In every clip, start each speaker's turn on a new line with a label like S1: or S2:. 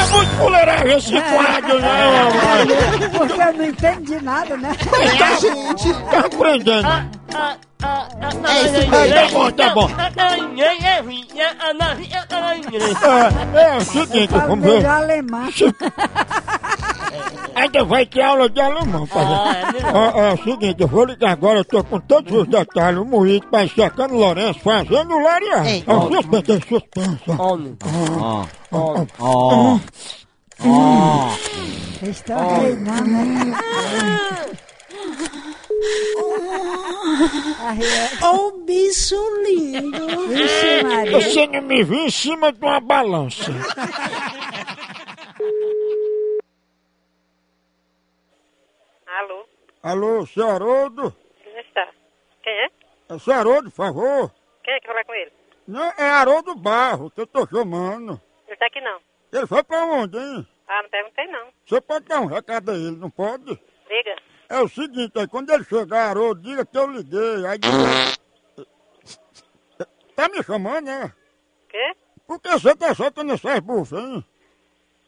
S1: É fuleiragem esse né, quadro, não, rapaz.
S2: Porque eu não entendo de nada, né?
S3: Muita gente.
S1: Tá aprendendo.
S3: Tá
S1: bom, tá bom. É, é o seguinte,
S2: Falo
S1: vamos ver.
S2: melhor alemão.
S1: Ainda vai ter aula de alemão, tá pai. É, é o seguinte, eu vou ligar agora, eu tô com todos os detalhes, o moído, pai, secando o Lourenço, fazendo o Lariá.
S3: Ei.
S1: É o suspense, é suspense.
S2: Vocês estão treinando, né?
S4: Ô, Um bicho lindo.
S2: Vixe, Maria.
S1: Você não me viu em cima de uma balança.
S5: Alô?
S1: Alô, seu Haroldo?
S5: Quem está? Quem é?
S1: É seu Haroldo, por favor?
S5: Quem é que falar com ele?
S1: Não, é Haroldo Barro que eu tô chamando.
S5: Ele está aqui não.
S1: Ele foi pra onde, hein?
S5: Ah, não perguntei não.
S1: Você pode dar um recado a ele, não pode?
S5: Liga.
S1: É o seguinte, aí quando ele chegar, Haroldo, diga que eu liguei. Aí... Tá me chamando, né?
S5: Quê?
S1: Por que você tá soltando essas bufas, hein?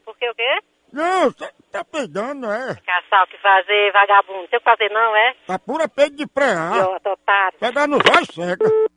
S5: Por que o quê?
S1: Não, tá, tá peidando, é.
S5: Caçar o que fazer, vagabundo. Tem o que fazer não, é?
S1: Tá pura peido de preá.
S5: Idiota, otário.
S1: Pegar no vai seca.